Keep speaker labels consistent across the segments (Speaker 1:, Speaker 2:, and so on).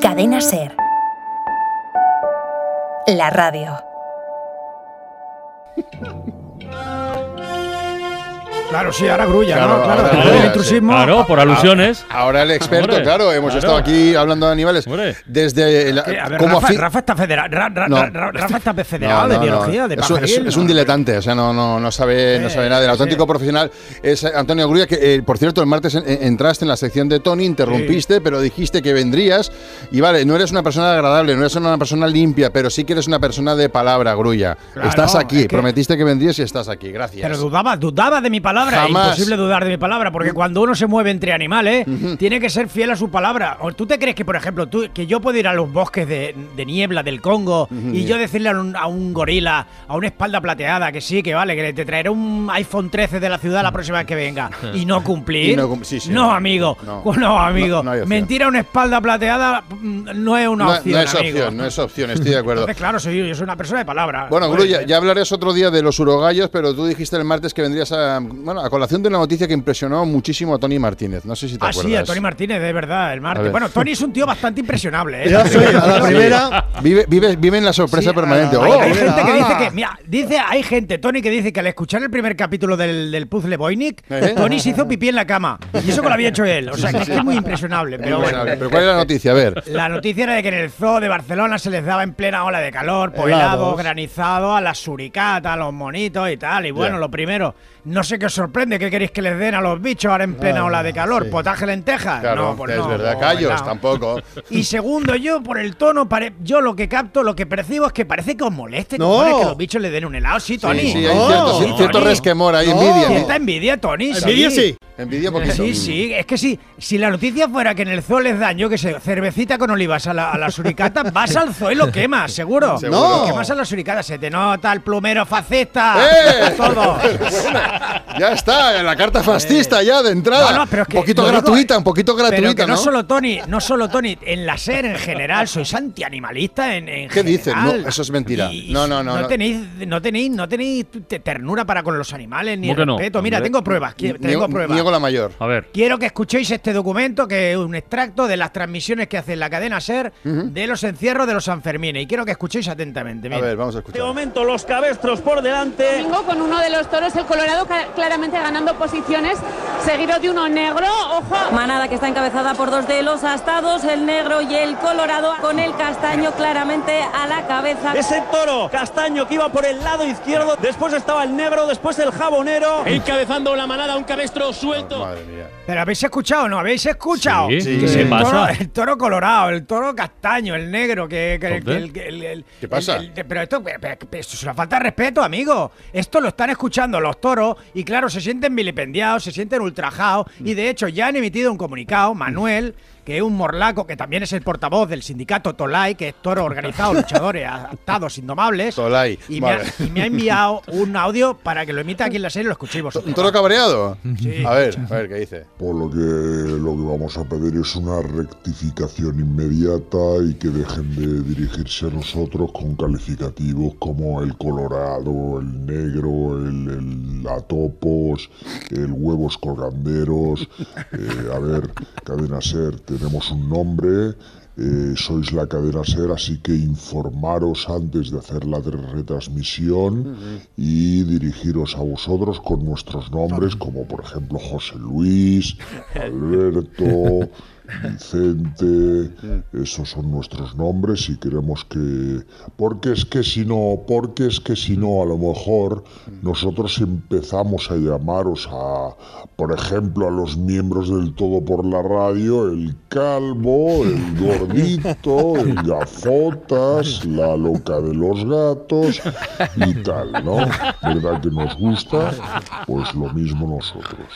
Speaker 1: Cadena Ser. La radio.
Speaker 2: Claro, sí, ahora grulla,
Speaker 3: Claro,
Speaker 2: ¿no? Claro,
Speaker 3: ahora
Speaker 2: después del
Speaker 3: grulla,
Speaker 2: intrusismo. Ah,
Speaker 4: Claro, por alusiones.
Speaker 3: Ahora el experto,
Speaker 4: Hombre,
Speaker 3: claro, hemos
Speaker 4: claro.
Speaker 3: estado aquí hablando de animales.
Speaker 4: Hombre.
Speaker 3: Desde la,
Speaker 2: Eh, a ver,
Speaker 3: cómo
Speaker 2: Rafa,
Speaker 3: afi-
Speaker 2: Rafa está federado.
Speaker 3: No.
Speaker 2: Rafa está
Speaker 3: No,
Speaker 2: federado
Speaker 3: no,
Speaker 2: de
Speaker 3: no.
Speaker 2: biología, de
Speaker 3: es, un- es-
Speaker 2: pajarín,
Speaker 3: es un
Speaker 2: ¿no?
Speaker 3: diletante, o sea, no, no, no, sabe, no
Speaker 2: Sí,
Speaker 3: sabe nada. El
Speaker 2: sí.
Speaker 3: auténtico profesional es Antonio Grulla, que eh, por cierto, el martes en- en- entraste en la sección de Tony, interrumpiste, pero dijiste que vendrías. Y vale, no eres una persona agradable, no eres una persona limpia, pero sí que eres una persona de palabra, Grulla.
Speaker 2: Claro,
Speaker 3: estás aquí,
Speaker 2: es que-
Speaker 3: prometiste que vendrías y estás aquí. Gracias.
Speaker 2: Pero dudabas, dudabas de mi palabra.
Speaker 3: Jamás. Mm.
Speaker 2: Es imposible dudar de mi palabra, porque cuando uno se mueve entre animales, tiene que ser fiel a su palabra. ¿O tú te crees que, por ejemplo, tú, que yo puedo ir a los bosques de, de niebla del Congo y yo decirle a un, a un gorila, a una espalda plateada, que sí, que vale, que te traeré un iPhone 13 de la ciudad la próxima vez que venga y no cumplir?
Speaker 3: Y no cum- sí, sí,
Speaker 2: no,
Speaker 3: no.
Speaker 2: amigo.
Speaker 3: No.
Speaker 2: No, amigo.
Speaker 3: No, no hay opción.
Speaker 2: Mentir a una espalda plateada mm, no es una
Speaker 3: no,
Speaker 2: opción.
Speaker 3: no es
Speaker 2: amigo.
Speaker 3: opción, no es opción, estoy de acuerdo.
Speaker 2: Entonces, claro, soy, yo soy una persona de palabra.
Speaker 3: Bueno,
Speaker 2: Pues,
Speaker 3: Grulla, ya hablarás otro día de los urogallos, pero tú dijiste el martes que vendrías a, bueno, a colación de una noticia que impresionó muchísimo a Tony Martínez. No sé si te
Speaker 2: Ah,
Speaker 3: acuerdas.
Speaker 2: sí, a Tony Martínez, de verdad, el
Speaker 3: A
Speaker 2: martes.
Speaker 3: ver.
Speaker 2: Bueno, Tony es un tío bastante impresionable, ¿eh?
Speaker 5: Yo soy a la
Speaker 3: Sí.
Speaker 5: primera.
Speaker 3: Vive, vive, vive en la sorpresa
Speaker 5: Sí,
Speaker 3: permanente.
Speaker 5: a
Speaker 2: Hay,
Speaker 5: la-
Speaker 3: ¡Oh!
Speaker 2: hay
Speaker 5: mira,
Speaker 2: gente que dice
Speaker 5: ala.
Speaker 2: que, mira, dice, hay gente, Tony, que dice que al escuchar el primer capítulo del, del puzzle Boynik,
Speaker 3: ¿Eh?
Speaker 2: Tony se hizo pipí en la cama. Y eso que lo había hecho él. O sea, que
Speaker 3: sí,
Speaker 2: es que
Speaker 3: sí.
Speaker 2: es muy impresionable. Pero bueno.
Speaker 3: Impresionable. Pero ¿cuál es la noticia? A ver.
Speaker 2: La noticia era de que en el zoo de Barcelona se les daba en plena ola de calor,
Speaker 3: Eh,
Speaker 2: por
Speaker 5: Helados.
Speaker 2: helado, granizado, a las suricatas, a los monitos y tal. Y bueno,
Speaker 3: Ya.
Speaker 2: lo primero, no sé qué os sorprende, ¿qué queréis que les den a los bichos ahora en plena
Speaker 5: Ah,
Speaker 2: ola de calor?
Speaker 5: sí.
Speaker 2: ¿Potaje lentejas?
Speaker 3: Claro,
Speaker 2: no, pues
Speaker 3: es
Speaker 2: no,
Speaker 3: verdad.
Speaker 2: no,
Speaker 3: Callos
Speaker 2: no.
Speaker 3: tampoco.
Speaker 2: Y segundo, yo por el tono, pare- yo lo que capto, lo que percibo es que parece que os moleste
Speaker 5: No.
Speaker 2: cojones, que los bichos le den un helado, sí, Tony.
Speaker 3: Sí, sí, hay
Speaker 5: No,
Speaker 3: cierto,
Speaker 2: Tony.
Speaker 3: cierto resquemor, hay
Speaker 5: No.
Speaker 3: envidia.
Speaker 2: Cierta
Speaker 3: envidia.
Speaker 2: envidia, Tony.
Speaker 5: El vídeo sí.
Speaker 3: Envidia poquito.
Speaker 2: Sí, sí, es que si, si la noticia fuera que en el zoo les dan, yo qué sé, cervecita con olivas a la, a la suricata, vas al zoo y lo quemas, seguro.
Speaker 3: Seguro.
Speaker 2: Lo quemas a la suricata, se te nota el plumero faceta,
Speaker 3: ¡Eh!
Speaker 2: todo. Eh.
Speaker 3: Bueno, ya está, la carta fascista ya de entrada.
Speaker 2: No, no, pero es que
Speaker 3: Ah, un poquito
Speaker 2: lo digo-
Speaker 3: gratuita, un poquito gratuita,
Speaker 2: Pero que
Speaker 3: ¿no?
Speaker 2: ¿no? solo Tony, no solo Tony, en la SER en general sois antianimalista en, en
Speaker 3: ¿Qué dices?
Speaker 2: general.
Speaker 3: No, eso es mentira.
Speaker 2: Y- y
Speaker 3: No, no, no,
Speaker 2: No
Speaker 3: no.
Speaker 2: tenéis, no tenéis, no tenéis te- ternura para con los animales ni
Speaker 4: ¿Cómo que no?
Speaker 2: respeto. Mira,
Speaker 4: Hombre.
Speaker 2: tengo pruebas, que-
Speaker 3: Niego-
Speaker 2: tengo pruebas.
Speaker 3: niego la mayor.
Speaker 2: ah.
Speaker 4: A ver.
Speaker 2: Quiero que escuchéis este documento, que es un extracto de las transmisiones que hace la cadena SER de los encierros de los Sanfermines. Y quiero que escuchéis atentamente.
Speaker 3: A
Speaker 2: mira.
Speaker 3: ver, vamos a
Speaker 6: En este
Speaker 3: escuchar.
Speaker 6: momento los cabestros por delante.
Speaker 7: domingo con uno de los toros, el Colorado, ca- claramente ganando posiciones, seguido de uno negro, ojo.
Speaker 8: Manada que está encabezada por dos de los astados, el negro y el colorado, con el castaño claramente a la cabeza.
Speaker 6: Ese toro castaño que iba por el lado izquierdo, después estaba el negro, después el jabonero. Encabezando la manada, un cabestro suelto.
Speaker 3: Madre mía.
Speaker 2: Pero habéis escuchado, o ¿no? ¿Habéis escuchado?
Speaker 4: Sí,
Speaker 3: Sí.
Speaker 4: ¿Qué
Speaker 3: Sí.
Speaker 4: se
Speaker 2: El toro,
Speaker 4: pasa?
Speaker 2: el toro colorado, el toro castaño, el negro, que, que-
Speaker 4: ¿Dónde?
Speaker 2: el- que- el- el-
Speaker 3: ¿Qué pasa?
Speaker 2: el- el- pero esto, pero- pero- pero esto es una falta de respeto, amigo. Esto lo están escuchando los toros y claro, se sienten vilipendiados, se sienten ultrajados y de hecho ya han emitido un comunicado, Manuel, que es un morlaco, que también es el portavoz del sindicato Tolai, que es toro organizado, luchadores, adaptados, indomables.
Speaker 3: Tolai,
Speaker 2: Y, me ha-
Speaker 3: vale.
Speaker 2: y me ha, enviado un audio para que lo emita aquí en la serie y lo escuchéis
Speaker 3: ¿Un
Speaker 2: vosotros.
Speaker 3: toro cabreado?
Speaker 2: Sí.
Speaker 3: A ver, a ver, ¿qué dice?
Speaker 9: Por lo que lo que vamos a pedir es una rectificación inmediata y que dejen de dirigirse a nosotros con calificativos como el colorado, el negro, el, el atopos, el huevos colganderos. Eh, a ver, cadena ser, tenemos un nombre. eh, sois la cadena ser, así que informaros antes de hacer la retransmisión y dirigiros a vosotros con nuestros nombres, como por ejemplo José Luis, Alberto, Vicente, esos son nuestros nombres y queremos que... Porque es que si no, porque es que si no, a lo mejor nosotros empezamos a llamaros a, por ejemplo, a los miembros del todo por la radio, el calvo, el gordito, el gafotas, la loca de los gatos y tal, ¿no? ¿Verdad que nos gusta? Pues lo mismo nosotros.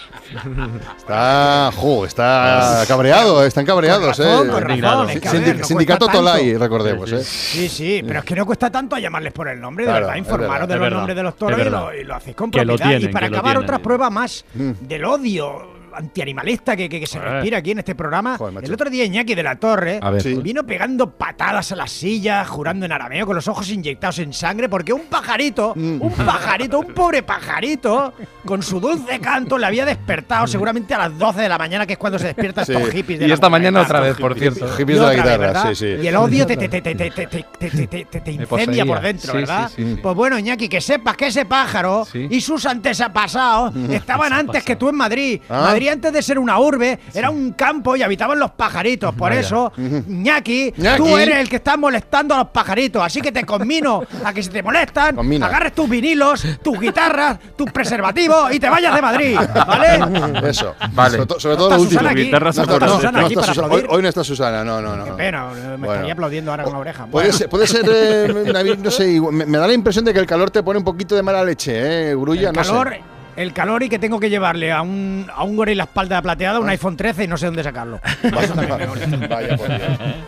Speaker 3: Está, jo, está cabreado, están cabreados,
Speaker 2: Con razón,
Speaker 3: eh.
Speaker 2: con
Speaker 4: Indignado.
Speaker 2: razón, es que, a
Speaker 3: Sindi-
Speaker 2: ver, no
Speaker 3: sindicato
Speaker 2: cuesta tanto.
Speaker 3: Tolai, recordemos, eh.
Speaker 2: Sí, sí, pero es que no cuesta tanto llamarles por el nombre,
Speaker 3: Claro,
Speaker 2: de verdad,
Speaker 3: es
Speaker 2: informaros
Speaker 3: verdad,
Speaker 2: de los
Speaker 4: es verdad,
Speaker 2: nombres de los
Speaker 4: es
Speaker 2: toros y
Speaker 4: verdad.
Speaker 2: lo, y lo hacéis con
Speaker 4: Que lo
Speaker 2: propiedad. y
Speaker 4: tienen,
Speaker 2: para
Speaker 4: que lo
Speaker 2: acabar,
Speaker 4: tienen.
Speaker 2: otra prueba más del odio antianimalista que, que, que se
Speaker 1: Joder.
Speaker 2: respira aquí en este programa.
Speaker 3: Joder, macho.
Speaker 2: el otro día Iñaki de la Torre
Speaker 1: A ver.
Speaker 3: Sí.
Speaker 2: vino pegando patadas a la silla, jurando en arameo, con los ojos inyectados en sangre, porque un pajarito, un pajarito, un pobre pajarito, con su dulce canto le había despertado seguramente a las 12 de la mañana, que es cuando se despiertan
Speaker 3: Sí.
Speaker 2: estos hippies. de
Speaker 1: Y
Speaker 2: la
Speaker 1: esta
Speaker 2: montaña,
Speaker 1: mañana otra
Speaker 2: estos
Speaker 1: vez, por
Speaker 2: hippies.
Speaker 1: cierto.
Speaker 3: Hippies de la
Speaker 2: Y otra vez,
Speaker 3: guitarra,
Speaker 2: ¿verdad?
Speaker 3: sí, sí.
Speaker 2: Y el odio te, te, te, te, te, te, te, te- te- te- te incendia
Speaker 1: poseía.
Speaker 2: por dentro,
Speaker 1: Sí,
Speaker 2: ¿verdad?
Speaker 1: sí, sí, sí.
Speaker 2: Pues bueno, Iñaki, que sepas que ese pájaro
Speaker 1: Sí.
Speaker 2: y sus antepasados estaban antes que tú en Madrid.
Speaker 3: Ah.
Speaker 2: Madrid, antes de ser una urbe, era un campo y habitaban los pajaritos. Por
Speaker 1: Vaya.
Speaker 2: eso, Iñaki,
Speaker 3: Iñaki.
Speaker 2: tú eres el que estás molestando a los pajaritos. Así que te conmino a que si te molestan,
Speaker 3: Conmina.
Speaker 2: agarres tus vinilos, tus guitarras, tus preservativos y te vayas de Madrid, ¿vale?
Speaker 3: Eso.
Speaker 1: Vale.
Speaker 3: Sobre, to- sobre todo
Speaker 2: está
Speaker 3: lo último.
Speaker 2: Susana aquí.
Speaker 1: Guitarras
Speaker 3: No
Speaker 1: No
Speaker 3: está,
Speaker 1: está
Speaker 3: no,
Speaker 1: Susana
Speaker 3: no
Speaker 2: aquí
Speaker 3: está
Speaker 2: para
Speaker 3: Susana. Hoy,
Speaker 2: aplaudir.
Speaker 3: hoy no está Susana, no, no, no.
Speaker 2: Qué pena, me
Speaker 3: Bueno.
Speaker 2: estaría aplaudiendo ahora con la oreja.
Speaker 3: Puede
Speaker 2: Bueno.
Speaker 3: ser, puede ser eh, David, no sé, igual- me, me da la impresión de que el calor te pone un poquito de mala leche, ¿eh? Grulla,
Speaker 2: el
Speaker 3: no sé.
Speaker 2: calor, el calor y que tengo que llevarle a un, a un gorila espalda plateada un iPhone 13 y no sé dónde sacarlo. Eso también me molesta.
Speaker 3: Vaya por Dios.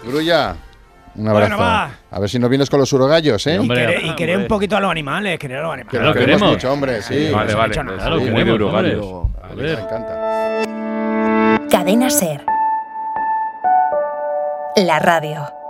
Speaker 3: Grulla, un
Speaker 2: Bueno,
Speaker 3: abrazo.
Speaker 2: va.
Speaker 3: a ver si nos vienes con los urogallos, ¿eh?
Speaker 2: Y
Speaker 1: Hombre,
Speaker 2: querer, y querer
Speaker 1: hombre.
Speaker 2: un poquito a los animales, querer a los animales.
Speaker 3: Que
Speaker 1: Claro,
Speaker 3: lo queremos
Speaker 1: queremos.
Speaker 3: mucho, hombre,
Speaker 1: Vale,
Speaker 3: sí.
Speaker 2: no
Speaker 1: vale.
Speaker 2: se ha hecho nada.
Speaker 1: Claro,
Speaker 3: Sí,
Speaker 1: que
Speaker 3: muy
Speaker 1: muy
Speaker 3: duro,
Speaker 1: Uruguayos.
Speaker 3: A
Speaker 1: A
Speaker 3: mí me
Speaker 1: ver.
Speaker 3: encanta.
Speaker 4: Cadena Ser. La radio.